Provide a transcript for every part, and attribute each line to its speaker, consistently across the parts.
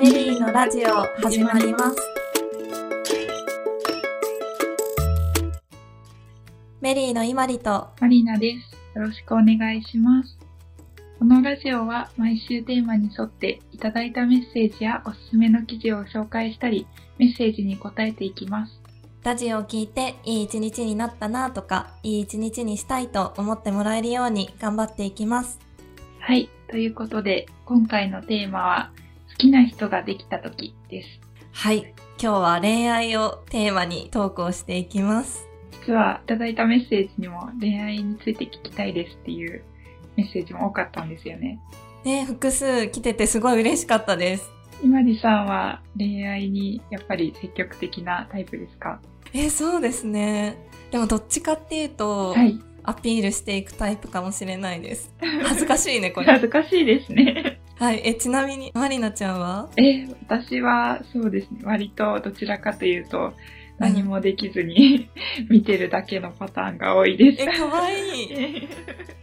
Speaker 1: メリーのラジオ始まります。メリーのいまりと
Speaker 2: マリナです。よろしくお願いします。このラジオは毎週テーマに沿っていただいたメッセージやおすすめの記事を紹介したり、メッセージに答えていきます。
Speaker 1: ラジオを聞いていい一日になったなとか、いい一日にしたいと思ってもらえるように頑張っていきます。
Speaker 2: はい。ということで、今回のテーマは、好きな人ができた時です。
Speaker 1: はい。今日は恋愛をテーマに投稿していきます。
Speaker 2: 実はいただいたメッセージにも恋愛について聞きたいですっていうメッセージも多かったんですよね。
Speaker 1: ね、複数来ててすごい嬉しかったです。
Speaker 2: 今里さんは恋愛にやっぱり積極的なタイプですか
Speaker 1: え、そうですね。でもどっちかっていうと、
Speaker 2: はい。
Speaker 1: アピールしていくタイプかもしれない です。恥ずかしいね、これ。
Speaker 2: 恥ずかしいですね。
Speaker 1: はい、え、ちなみに、まりなちゃんは
Speaker 2: え、私はそうですね、割とどちらかというと、何もできずに 見てるだけのパターンが多いで
Speaker 1: え、
Speaker 2: す。
Speaker 1: かわい い。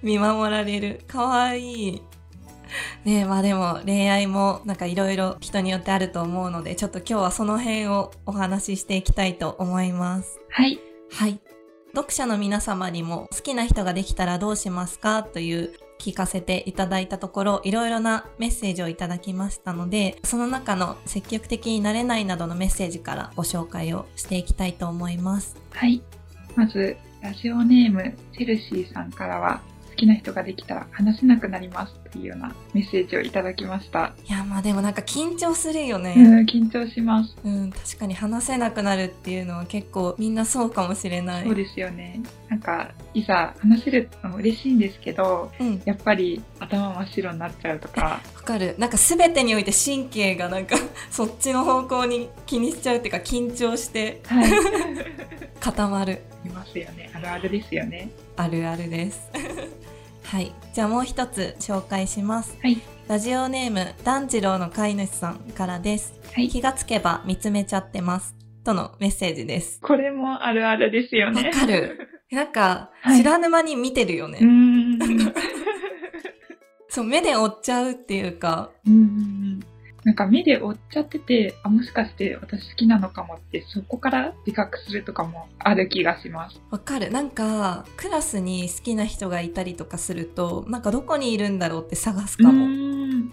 Speaker 1: 見守られる。かわいい。ねえ、まあでも恋愛もなんかいろいろ人によってあると思うので、ちょっと今日はその辺をお話ししていきたいと思います。
Speaker 2: はい。
Speaker 1: はい。読者の皆様にも好きな人ができたらどうしますかという聞かせていただいたところ、いろいろなメッセージをいただきましたので、その中の積極的になれないなどのメッセージからご紹介をしていきたいと思います。
Speaker 2: はい。まず、ラジオネーム、チェルシーさんからは、好きな人ができたら話せなくなりますというようなメッセージをいただきました。
Speaker 1: いや、まあでもなんか緊張するよね。
Speaker 2: うん、緊張します。
Speaker 1: うん、確かに話せなくなるっていうのは結構みんなそうかもしれない。
Speaker 2: そうですよね。なんか、いざ話せるのも嬉しいんですけど、
Speaker 1: うん、
Speaker 2: やっぱり頭真っ白になっちゃうとか、
Speaker 1: わかる。なんか全てにおいて神経がなんか そっちの方向に気にしちゃうっていうか緊張して
Speaker 2: はい。
Speaker 1: 固まる。
Speaker 2: いますよね。あるあるですよね。
Speaker 1: あるあるです。 はい。じゃあもう一つ紹介します。
Speaker 2: はい。
Speaker 1: ラジオネーム、団次郎の飼い主さんからです。
Speaker 2: はい。
Speaker 1: 気がつけば見つめちゃってます。とのメッセージです。
Speaker 2: これもあるあるですよ
Speaker 1: わ
Speaker 2: ね。
Speaker 1: かる。なんか、
Speaker 2: はい
Speaker 1: 知らぬ間に見てるよね。
Speaker 2: うーん。
Speaker 1: そう、目で追っちゃうっていうか、
Speaker 2: うんなんか目で追っちゃってて、あ、もしかして私好きなのかもって、そこから自覚するとかもある気がします。
Speaker 1: わかるなんかクラスに好きな人がいたりとかするとなんかどこにいるんだろうって探すか
Speaker 2: う
Speaker 1: も
Speaker 2: ーん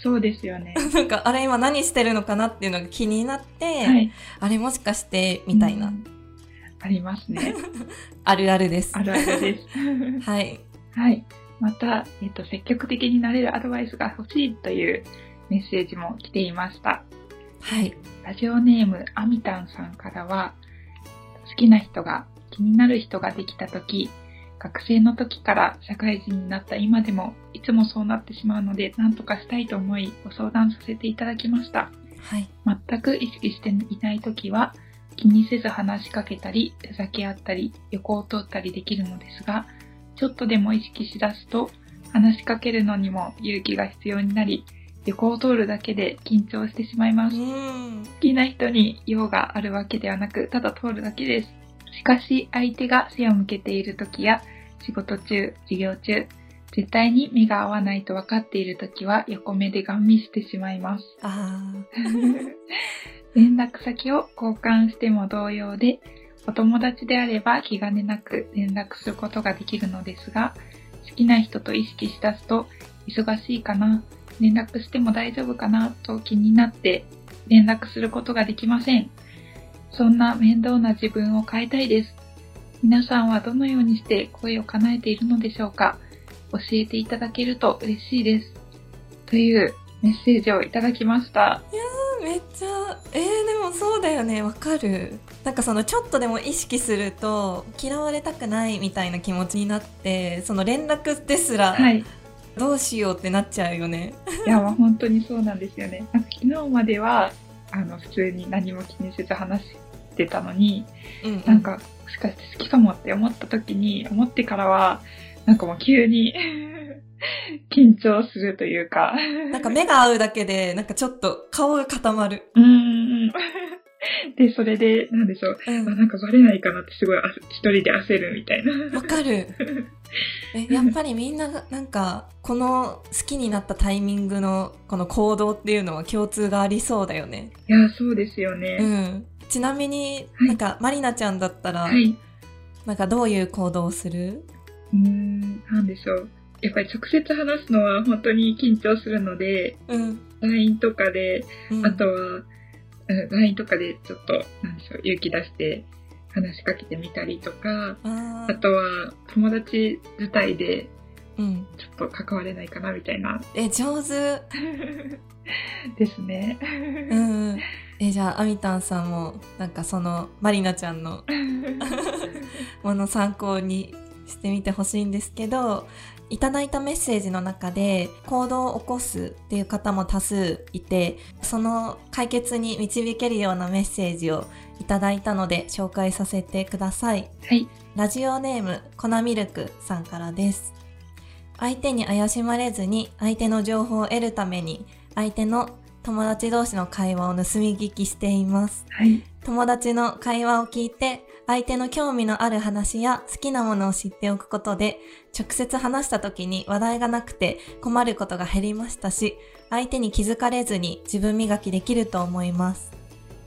Speaker 2: そうですよね。
Speaker 1: なんかあれ今何してるのかなっていうのが気になって、
Speaker 2: はい。
Speaker 1: あれもしかしてみたいな、
Speaker 2: うん。あります ね。
Speaker 1: あるあるです
Speaker 2: あるあるです。
Speaker 1: はい
Speaker 2: はい。また、えっと、積極的になれるアドバイスが欲しいというメッセージも来ていました。
Speaker 1: はい
Speaker 2: ラジオネームあみたんさんからは、好きな人が気になる人ができたとき、学生の時から社会人になった今でもいつもそうなってしまうので何とかしたいと思いご相談させていただきました。
Speaker 1: はい
Speaker 2: 全く意識していない時は気にせず話しかけたりふざけ合ったり横を通ったりできるのですがちょっとでも意識しだすと話しかけるのにも勇気が必要になり横を通るだけで緊張してしまいま
Speaker 1: う
Speaker 2: す
Speaker 1: ん
Speaker 2: 好きな人に用があるわけではなくただ通るだけですしかし相手が背を向けている時や仕事中授業中絶対に目が合わないと分かっている時は横目でガン見してしまいます
Speaker 1: あ
Speaker 2: 連絡先を交換しても同様で、お友達であれば気兼ねなく連絡することができるのですが、好きな人と意識しだすと、忙しいかな、連絡しても大丈夫かなと気になって連絡することができません。そんな面倒な自分を変えたいです。皆さんはどのようにして声を叶えているのでしょうか教えていただけると嬉しいです。というメッセージをいただきました。
Speaker 1: ーめっちゃえー、でもそうだよねわかるなんかそのちょっとでも意識すると嫌われたくないみたいな気持ちになってその連絡ですら
Speaker 2: はい。
Speaker 1: どうしようってなっちゃうよね、
Speaker 2: いや、まあ、本当にそうなんですよね。なんか昨日までは、あの、普通に何も気にせず話してたのに、
Speaker 1: うん
Speaker 2: なんか、もしかして好きかもって思った時に、思ってからは、なんかもう急に、緊張するというか、
Speaker 1: なんか目が合うだけで、なんかちょっと顔が固まる。
Speaker 2: うーん、で、それで、なんでしょう。
Speaker 1: う
Speaker 2: あ、
Speaker 1: ん
Speaker 2: なんかバレないかなってすごいあ一人で焦るみたい な。
Speaker 1: わかるえやっぱりみんながなんかこの好きになったタイミングのこの行動っていうのは共通がありそうだよね
Speaker 2: いや、そうですよ
Speaker 1: う
Speaker 2: ね。
Speaker 1: んちなみに
Speaker 2: はい
Speaker 1: なんかまりなちゃんだったら
Speaker 2: はい。
Speaker 1: なんかどういう行動をする
Speaker 2: うーん、なんでしょう。やっぱり直接話すのは本当に緊張するので、
Speaker 1: うん、
Speaker 2: LINE とかで、
Speaker 1: うん、
Speaker 2: あとは、うん、LINE とかでちょっと、なんでしょう、勇気出して話しかけてみたりとか、
Speaker 1: あ
Speaker 2: あ
Speaker 1: ー
Speaker 2: とは友達自体で
Speaker 1: うん
Speaker 2: ちょっと関われないかなみたいな。
Speaker 1: え上手
Speaker 2: ですね。
Speaker 1: うんうんえじゃああみたんさんもなんかそのまりなちゃん のものを参考にしてみてほしいんですけどいただいたメッセージの中で行動を起こすっていう方も多数いてその解決に導けるようなメッセージをいただいたので紹介させてください
Speaker 2: はい。
Speaker 1: ラジオネーム粉ミルクさんからです相手に怪しまれずに相手の情報を得るために相手の友達同士の会話を盗み聞きしています
Speaker 2: はい。
Speaker 1: 友達の会話を聞いて相手の興味のある話や好きなものを知っておくことで直接話した時に話題がなくて困ることが減りましたし相手に気づかれずに自分磨きできると思います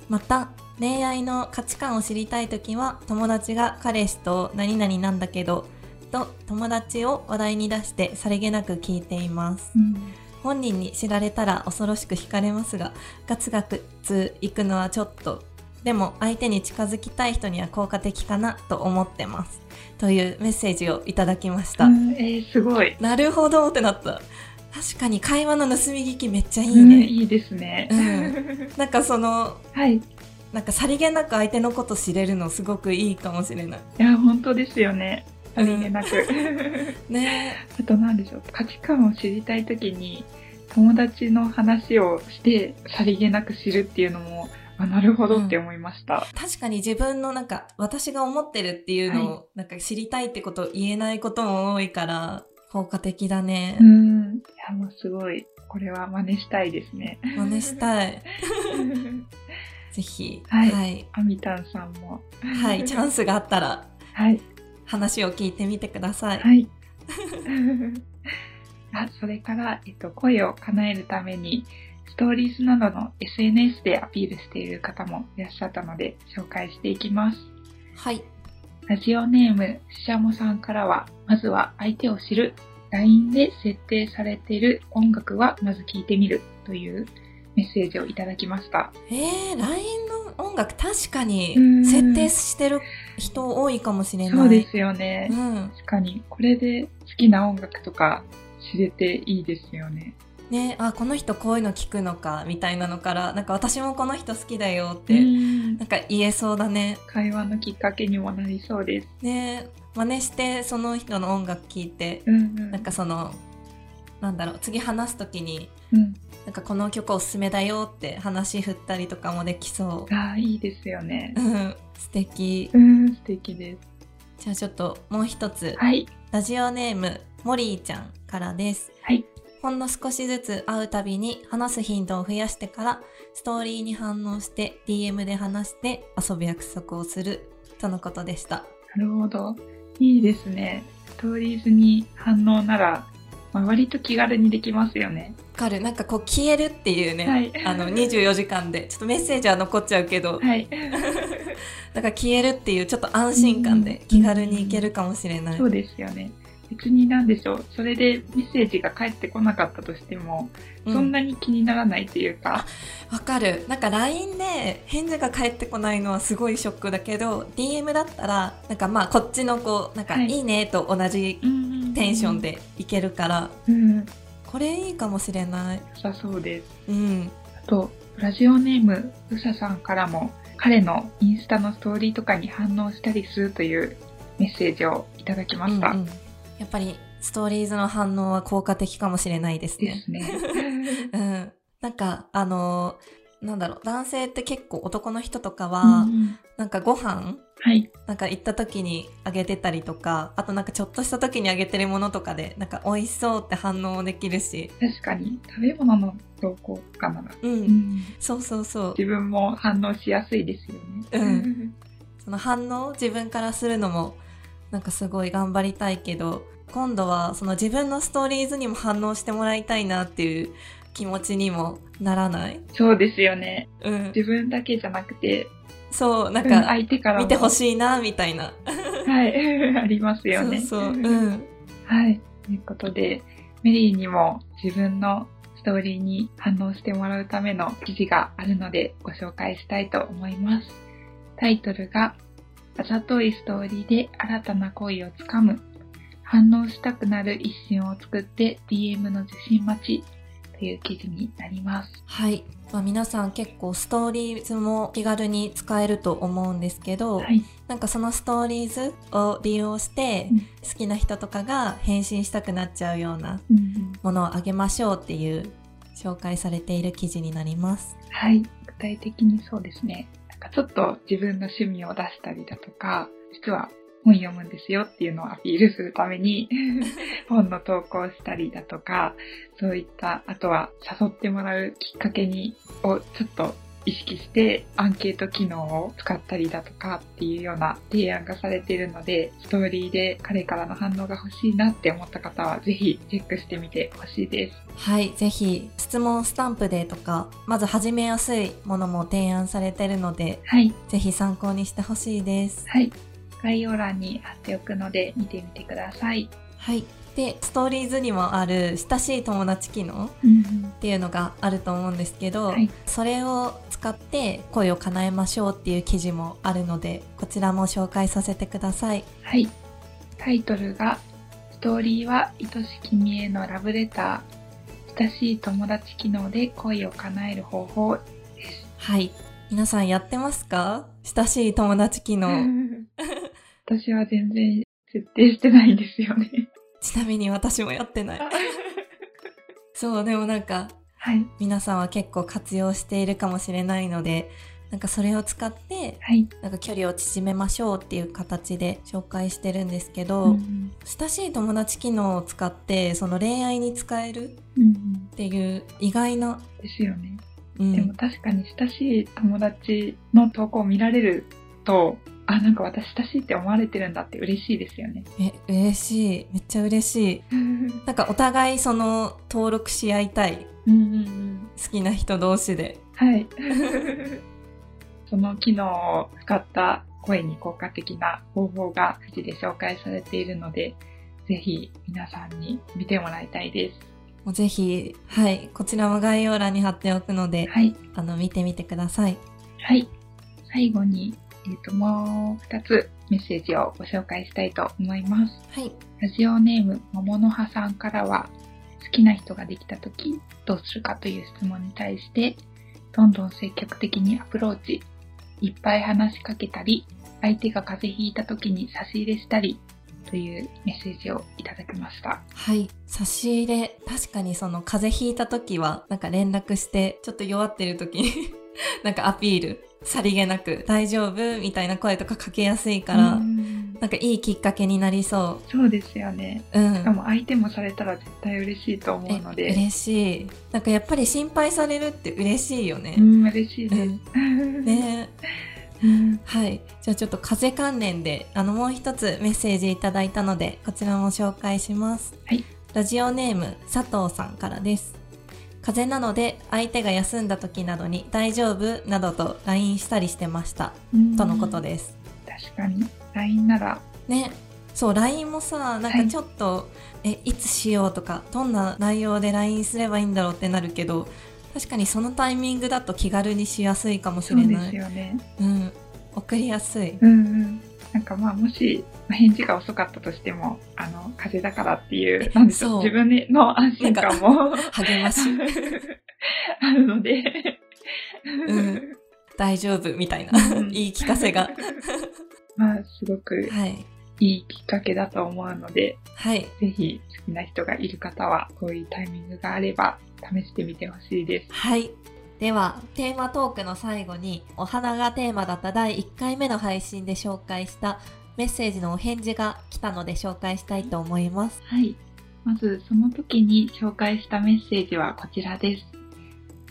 Speaker 1: また恋愛の価値観を知りたい時は友達が彼氏と何々なんだけどと友達を話題に出してさりげなく聞いています
Speaker 2: うん
Speaker 1: 本人に知られたら恐ろしく惹かれますがガツガツ行くのはちょっとでも相手に近づきたい人には効果的かなと思ってますというメッセージをいただきました、
Speaker 2: うんえーすごい。
Speaker 1: なるほどってなった確かに会話の盗み聞きめっちゃいい
Speaker 2: うん
Speaker 1: ね、
Speaker 2: いいですね。
Speaker 1: うんなんかその
Speaker 2: はい。い
Speaker 1: なんかさりげなく相手のこと知れるのすごくいいかもしれない
Speaker 2: や、本当ですよね。
Speaker 1: う
Speaker 2: さ
Speaker 1: ん
Speaker 2: りげなく。
Speaker 1: ね
Speaker 2: あと何でしょう。価値観を知りたいときに、友達の話をして、さりげなく知るっていうのも、あ、なるほどって思いました。
Speaker 1: 確かに自分のなんか私が思ってるっていうのをなんか知りたいってことを言えないことも多いから効果的だね、
Speaker 2: うん。いや、もうすごい。これは真似したいですね。
Speaker 1: 真似したい。ぜひ。
Speaker 2: はい
Speaker 1: はい。
Speaker 2: アミタンさんも。
Speaker 1: はいチャンスがあったら
Speaker 2: はい。
Speaker 1: 話を聞いてみてください。
Speaker 2: はい。 あ、それから、えっと、声を叶えるために、ストーリーズなどの SNS でアピールしている方もいらっしゃったので、紹介していきます。
Speaker 1: はい。
Speaker 2: ラジオネーム、ししゃもさんからは、まずは相手を知る、LINE で設定されている音楽はまず聞いてみるというメッセージをいただきました。
Speaker 1: えー、LINE の音楽確かに
Speaker 2: うん
Speaker 1: 設定してる人多いかもしれない。
Speaker 2: そうですよね。
Speaker 1: うん。
Speaker 2: 確かに、これで好きな音楽とか知れていいですよね。
Speaker 1: ね、あ、この人こういうの聞くのか、みたいなのから、なんか私もこの人好きだよって、
Speaker 2: うん
Speaker 1: なんか言えそうだね。
Speaker 2: 会話のきっかけにもなりそうです。
Speaker 1: ね、真似してその人の音楽聞いて、
Speaker 2: うんうん
Speaker 1: なんかその、なんだろう、次話すときに、
Speaker 2: うん、
Speaker 1: なんかこの曲おすすめだよって話振ったりとかもできそう。
Speaker 2: ああいいですよね
Speaker 1: う。 ん、素敵
Speaker 2: う。ん素敵です。
Speaker 1: じゃあちょっともう一つ、
Speaker 2: はい
Speaker 1: ラジオネーム、モリーちゃんからです。
Speaker 2: はい。
Speaker 1: ほんの少しずつ会うたびに話す頻度を増やしてから、ストーリーに反応して DM で話して遊ぶ約束をする、とのことでした。
Speaker 2: なるほどいいですね。ストーリーズに反応なら、まあ、割と気軽にできますよね。
Speaker 1: わかるなんかこう消えるっていうね、
Speaker 2: はい
Speaker 1: あの24時間で、ちょっとメッセージは残っちゃうけど、
Speaker 2: はい
Speaker 1: なんか消えるっていうちょっと安心感で気軽にいけるかもしれない。
Speaker 2: そうですよね。別に何でしょうそれでメッセージが返ってこなかったとしても、
Speaker 1: うん
Speaker 2: そんなに気にならないというか
Speaker 1: わかるなんか LINE で返事が返ってこないのはすごいショックだけど DM だったらなんかまあこっちのこうなんか
Speaker 2: はいい
Speaker 1: いねと同じテンション、でいけるから
Speaker 2: うん、良
Speaker 1: これいいかもしれない
Speaker 2: さそうです。
Speaker 1: うん
Speaker 2: あと、ラジオネーム、うささんからも、彼のインスタのストーリーとかに反応したりするというメッセージをいただきました。
Speaker 1: うんうんやっぱりストーリーズの反応は効果的かもしれないです
Speaker 2: で
Speaker 1: ね
Speaker 2: すね。
Speaker 1: うんなんかあのーなんだろう男性って結構男の人とか
Speaker 2: う
Speaker 1: は、
Speaker 2: んうん
Speaker 1: なんかご飯
Speaker 2: はい。
Speaker 1: なんか行った時にあげてたりとかあとなんかちょっとした時にあげてるものとかでなんか美味しそうって反応もできるし
Speaker 2: 確かに、食べ物の動向とかなら、
Speaker 1: うん、
Speaker 2: うん
Speaker 1: そうそうそう
Speaker 2: 自分も反応しやすいですよね。
Speaker 1: うんその反応を自分からするのもなんかすごい頑張りたいけど今度はその自分のストーリーズにも反応してもらいたいなっていう気持ちにもならない、
Speaker 2: そうですよね。
Speaker 1: うん、
Speaker 2: 自分だけじゃなくて、
Speaker 1: そうなん
Speaker 2: うん
Speaker 1: か
Speaker 2: 相手からも
Speaker 1: 見てほしいなみたいな、
Speaker 2: はい、 ありますよ
Speaker 1: そう
Speaker 2: ね。
Speaker 1: そううん
Speaker 2: はい。ということで、メリーにも自分のストーリーに反応してもらうための記事があるのでご紹介したいと思います。タイトルが、あざといストーリーで新たな恋をつかむ。反応したくなる一瞬を作って DM の受信待ちという記事になります。
Speaker 1: はい、まあ、皆さん結構ストーリーズも気軽に使えると思うんですけど、
Speaker 2: はい。
Speaker 1: なんかそのストーリーズを利用して
Speaker 2: うん
Speaker 1: 好きな人とかが返信したくなっちゃうような
Speaker 2: うん
Speaker 1: ものをあげましょうっていう紹介されている記事になります。
Speaker 2: はい、具体的にそうですね。なんかちょっと自分の趣味を出したりだとか、実は本読むんですよっていうのをアピールするために本の投稿したりだとか、そういった、あとは誘ってもらうきっかけに、をちょっと意識してアンケート機能を使ったりだとかっていうような提案がされているので、ストーリーで彼からの反応が欲しいなって思った方は、ぜひチェックしてみてほしいです。
Speaker 1: はい、ぜひ質問スタンプでとか、まず始めやすいものも提案されているので、
Speaker 2: はい。
Speaker 1: ぜひ参考にしてほしいです。
Speaker 2: はい。概要欄に貼っておくので見てみてください。
Speaker 1: はい。で、ストーリーズにもある親しい友達機能っていうのがあると思うんですけど、
Speaker 2: はい
Speaker 1: それを使って恋を叶えましょうっていう記事もあるのでこちらも紹介させてください
Speaker 2: はい。タイトルが、ストーリーは愛しき君へのラブレター、親しい友達機能で恋を叶える方法。
Speaker 1: はい皆さんやってますか親しい友達機能
Speaker 2: 私は全然設定してないんですよ ね。
Speaker 1: ちなみに私もやってないそうでもなんか
Speaker 2: はい。
Speaker 1: 皆さんは結構活用しているかもしれないのでなんかそれを使って
Speaker 2: はい。
Speaker 1: なんか距離を縮めましょうっていう形で紹介してるんですけど、
Speaker 2: うん
Speaker 1: 親しい友達機能を使ってその恋愛に使える
Speaker 2: う
Speaker 1: っ
Speaker 2: ん
Speaker 1: ていう意外な、
Speaker 2: ですよね。
Speaker 1: う
Speaker 2: でも
Speaker 1: ん、
Speaker 2: 確かに親しい友達の投稿を見られると、あ、なんか私親しいって思われてるんだって嬉しいですよね。
Speaker 1: え嬉しいめっちゃ嬉しい
Speaker 2: うん
Speaker 1: なんかお互いその登録し合いたい
Speaker 2: うんうん。
Speaker 1: 好きな人同士で
Speaker 2: はい。その機能を使った声に効果的な方法が記事で紹介されているので、ぜひ皆さんに見てもらいたいで。
Speaker 1: もうぜひはいこちらも概要欄に貼っておくのです
Speaker 2: はい。
Speaker 1: あの見てみてください
Speaker 2: はい。最後に、えっ、と、もう2つメッセージをご紹介したいと思います。
Speaker 1: はい
Speaker 2: ラジオネーム、桃の葉さんからは、好きな人ができた時どうするかという質問に対して、どんどん積極的にアプローチ、いっぱい話しかけたり、相手が風邪ひいた時に差し入れしたり、というメッセージをいただきました。
Speaker 1: はい差し入れ確かにその風邪ひいた時はなんか連絡してちょっと弱ってる時に なんかアピールさりげなく大丈夫みたいな声とかかけやすいから、
Speaker 2: うん
Speaker 1: なんかいいきっかけになりそ
Speaker 2: そうですよね。
Speaker 1: ううん
Speaker 2: しかも相手もされたら絶対嬉しいと思うの
Speaker 1: え
Speaker 2: で、
Speaker 1: 嬉しいなんかやっぱり心配されるって嬉しいよね、
Speaker 2: うん、嬉しいです。
Speaker 1: ね
Speaker 2: うん
Speaker 1: はいじゃあちょっと風邪関連であのもう一つメッセージいただいたのでこちらも紹介します、
Speaker 2: はい、
Speaker 1: ラジオネーム佐藤さんからです風邪なので相手が休んだ時などに大丈夫などと LINE したりしてましたとのことです
Speaker 2: 確かに LINE なら
Speaker 1: ねそう LINE もさなん
Speaker 2: は
Speaker 1: か
Speaker 2: い
Speaker 1: ちょっと、えいつしようとかどんな内容で LINE すればいいんだろうってなるけど確かにそのタイミングだと気軽にしやすいかもし
Speaker 2: そう
Speaker 1: れ
Speaker 2: で
Speaker 1: ない
Speaker 2: すよね。
Speaker 1: うん、送りやすい。
Speaker 2: うんうん。なんかまあもし返事が遅かったとしても、あの、風邪だからっていう、なんでしょ
Speaker 1: そう
Speaker 2: う、自分の安心感も
Speaker 1: 励まし、
Speaker 2: あるので、
Speaker 1: ん大丈夫みたいな、
Speaker 2: うん
Speaker 1: 言い聞かせが。。
Speaker 2: まあすごく
Speaker 1: はい。
Speaker 2: いいきっかけだと思うので、
Speaker 1: はい。
Speaker 2: ぜひ好きな人がいる方は、こういうタイミングがあれば試してみてほしいです。
Speaker 1: はい。ではテーマトークの最後にお花がテーマだった第1回目の配信で紹介したメッセージのお返事が来たので紹介したいと思い ます
Speaker 2: はい。まず、その時に紹介したメッセージはこちらです。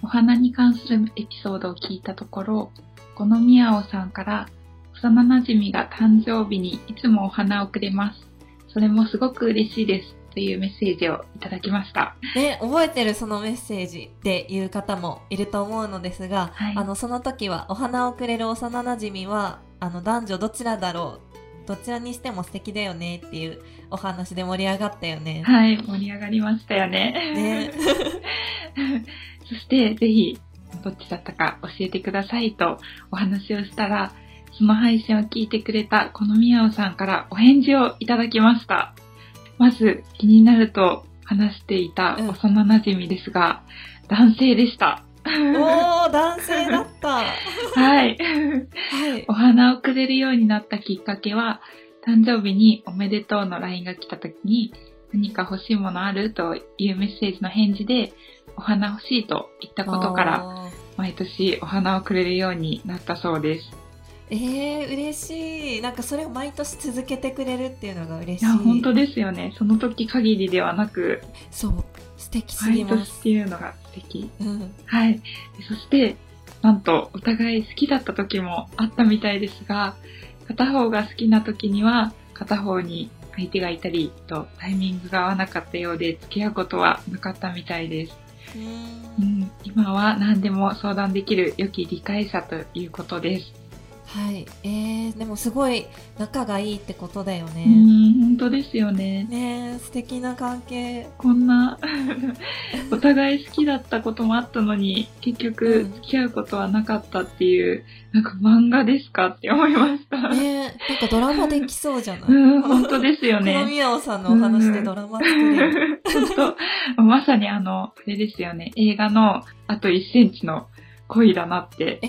Speaker 2: お花に関するエピソードを聞いたところ、このみやおさんから、幼馴染が誕生日にいつもお花をくれます。それもすごく嬉しいです。というメッセージをいただきました。
Speaker 1: ね、覚えてるそのメッセージっていう方もいると思うのですが、
Speaker 2: はい
Speaker 1: あのその時はお花をくれる幼なじみはあの男女どちらだろうどちらにしても素敵だよねっていうお話で盛り上がったよね。
Speaker 2: はい、盛り上がりましたよ
Speaker 1: ね
Speaker 2: そして、ぜひ、どっちだったか教えてくださいとお話をしたら、その配信を聞いてくれたこのみやおさんからお返事をいただきました。まず、気になると話していた
Speaker 1: うん
Speaker 2: 幼馴染ですが、男性でした。
Speaker 1: おー男性だった、は
Speaker 2: はい。
Speaker 1: い
Speaker 2: お、花をくれるようになったきっかけは、誕生日におめでとうの LINE が来た時に、何か欲しいものあるというメッセージの返事で、お花欲しいと言ったことから、
Speaker 1: あー
Speaker 2: 毎年お花をくれるようになったそうです。
Speaker 1: えー、嬉しいなんかそれを毎年続けてくれるっていうのが嬉し
Speaker 2: い
Speaker 1: い
Speaker 2: や、本当ですよね。その時限りではなく、
Speaker 1: そう素敵すぎ
Speaker 2: 毎
Speaker 1: ま
Speaker 2: 年っ
Speaker 1: す、
Speaker 2: ていうのが素敵。
Speaker 1: うん、
Speaker 2: はい。でそして、なんと、お互い好きだった時もあったみたいですが、片方が好きな時には、片方に相手がいたりと、タイミングが合わなかったようで、付き合うことはなかったみたいです。
Speaker 1: うん
Speaker 2: うん、今は何でも相談できる良き理解者ということです。
Speaker 1: はい、えー、でもすごい仲がいいってことだよ
Speaker 2: う
Speaker 1: ね。
Speaker 2: ん、本当ですよね。
Speaker 1: ねえ、素敵な関 係。
Speaker 2: こんな、お互い好きだったこともあったのに、結
Speaker 1: う
Speaker 2: 局
Speaker 1: ん
Speaker 2: 付き合うことはなかったっていう、なんか漫画ですかって思いました。
Speaker 1: ねえ、なんかドラマできそうじゃない。
Speaker 2: うん、本当ですよ
Speaker 1: 黒
Speaker 2: ね。
Speaker 1: 宮尾さんのお話でドラマ作れ る。
Speaker 2: 本当、まさにあの、あれですよね。映画のあと1センチの恋だなって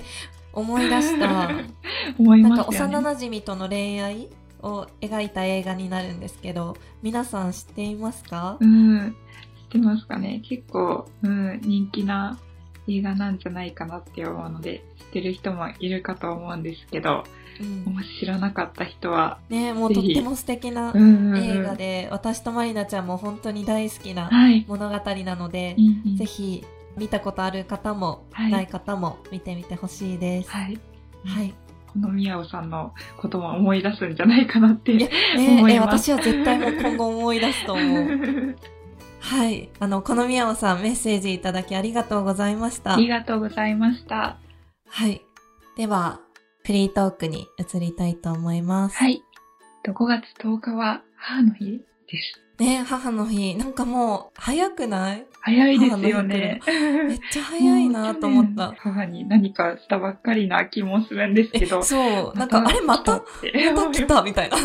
Speaker 1: 思い出した。
Speaker 2: 思い
Speaker 1: なん
Speaker 2: ま
Speaker 1: か
Speaker 2: すよ
Speaker 1: 幼
Speaker 2: ね。
Speaker 1: 馴染との恋愛を描いた映画になるんですけど、皆さん知っていますか
Speaker 2: うん。知ってますかね。結構、うん、人気な映画なんじゃないかなって思うので、知ってる人もいるかと思うんですけど、
Speaker 1: うん。
Speaker 2: もし知らなかった人は、
Speaker 1: ねえ、もうとっても素敵な
Speaker 2: うんうんうん
Speaker 1: 映画で、私とまりなちゃんも本当に大好きな
Speaker 2: はい。
Speaker 1: 物語なので
Speaker 2: う、んうん
Speaker 1: ぜひ見たことある方も、
Speaker 2: はい
Speaker 1: ない方も見てみてほしいです。は
Speaker 2: はい。
Speaker 1: い。
Speaker 2: この宮尾さんのことも思い出すんじゃないかなって。
Speaker 1: いやね
Speaker 2: 思
Speaker 1: え
Speaker 2: い
Speaker 1: え
Speaker 2: ます
Speaker 1: 私は絶対もう今後思い出すと思 う。はい。あの、この宮尾さんメッセージいただきありがとうございました
Speaker 2: あ。りがとうございました。
Speaker 1: はい。では、フリートークに移りたいと思います。
Speaker 2: はい。5月10日は母の日です。
Speaker 1: ねえ母の日、なんかもう早くない
Speaker 2: 早いですよね。
Speaker 1: めっちゃ早いなと思っ
Speaker 2: もう去
Speaker 1: た
Speaker 2: 年。母に何かしたばっかりな気もするんですけど。
Speaker 1: そう、なんかあれまた、ま
Speaker 2: って
Speaker 1: た来たみたいな。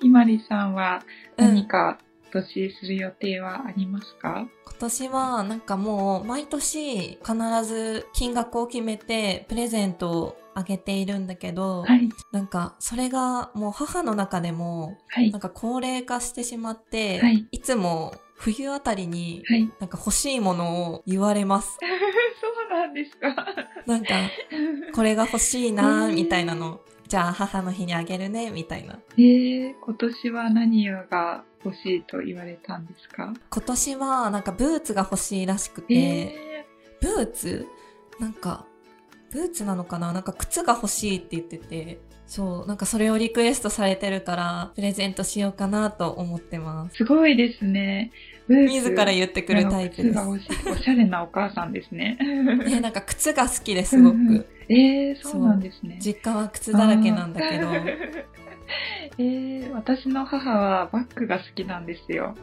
Speaker 2: ひまりさんは
Speaker 1: うん
Speaker 2: 何か今年する予定はありますか、
Speaker 1: 今年はなんかもう毎年必ず金額を決めてプレゼントをあげているんだけど、
Speaker 2: はい。
Speaker 1: なんかそれがもう母の中でも
Speaker 2: はい
Speaker 1: な。んか高齢化してしまって、
Speaker 2: はい
Speaker 1: い、つも冬あたりに
Speaker 2: はい。
Speaker 1: なんか欲しいものを言われます。
Speaker 2: そうなんですか。
Speaker 1: なんかこれが欲しいなみたいなの。じゃあ母の日にあげるねみたいな。
Speaker 2: えー、今年は何が欲しいと言われたんですか
Speaker 1: 今年はなんかブーツが欲しいらしくて、
Speaker 2: え
Speaker 1: ブーツなんか、ブーツなのかななんか靴が欲しいって言ってて、そう、なんかそれをリクエストされてるから、プレゼントしようかなと思ってます。
Speaker 2: ー、すごいですね。ブーツ
Speaker 1: 自ら言ってくるタイプで
Speaker 2: 靴が
Speaker 1: す。
Speaker 2: 欲しい。おしゃれなお母さんで すね。
Speaker 1: ね、なんか靴が好きですご
Speaker 2: うんう
Speaker 1: く
Speaker 2: ん。えー、そうなんですね。
Speaker 1: 実家は靴だらけなんだけど
Speaker 2: あ。ー えー、私の母はバッグが好きなんですよ。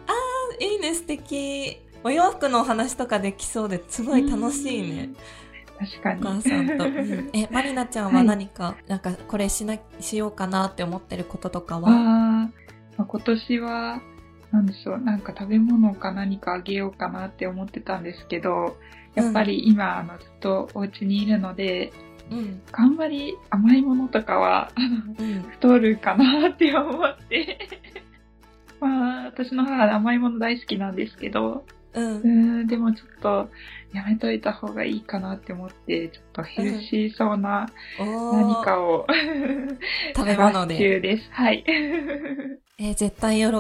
Speaker 1: いいね、素敵。お洋服のお話とかできそうですごい楽しいね。
Speaker 2: 確か
Speaker 1: お母
Speaker 2: に。
Speaker 1: さ んと。うんえ、まりなちゃんは何か、なんかこれしな、しようかなって思ってることとかは。
Speaker 2: あーまあ、今年は、なんでしょう、なんか食べ物か何かあげようかなって思ってたんですけど、やっぱり今、あの、ずっとお家にいるので、
Speaker 1: うん。
Speaker 2: あんまり甘いものとかは、 あの
Speaker 1: うん。
Speaker 2: 太るかなって 思って。まあ、私の母は甘いもの大好きなんですけど、
Speaker 1: うん
Speaker 2: うーん、でもちょっとやめといた方がいいかなって思って、ちょっとヘルシーそうな
Speaker 1: おー
Speaker 2: 何かを、
Speaker 1: 食べ物
Speaker 2: 探し
Speaker 1: で、
Speaker 2: 中です。はい。
Speaker 1: えー絶対喜ぶ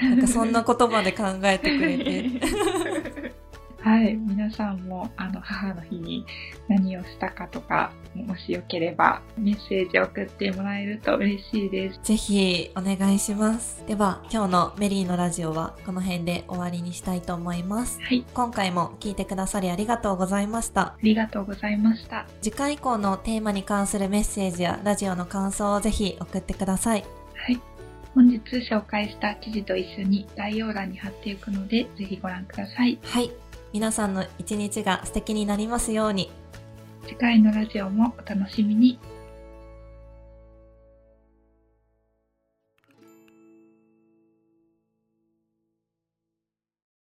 Speaker 1: なんかそんな言葉で考えてくれ て
Speaker 2: はい、皆さんもあの母の日に何をしたかとか、もしよければメッセージを送ってもらえると嬉しいです。
Speaker 1: ぜひお願いしますでは今日のメリーのラジオはこの辺で終わりにしたいと思います
Speaker 2: はい、
Speaker 1: 今回も聞いてくださりありがとうございました
Speaker 2: ありがとうございました。
Speaker 1: 次回以降のテーマに関するメッセージやラジオの感想をぜひ送ってください
Speaker 2: はい。本日紹介した記事と一緒に概要欄に貼っていくので、ぜひご覧ください。
Speaker 1: はい皆さんの一日が素敵になりますように
Speaker 2: 次回のラジオもお楽しみに。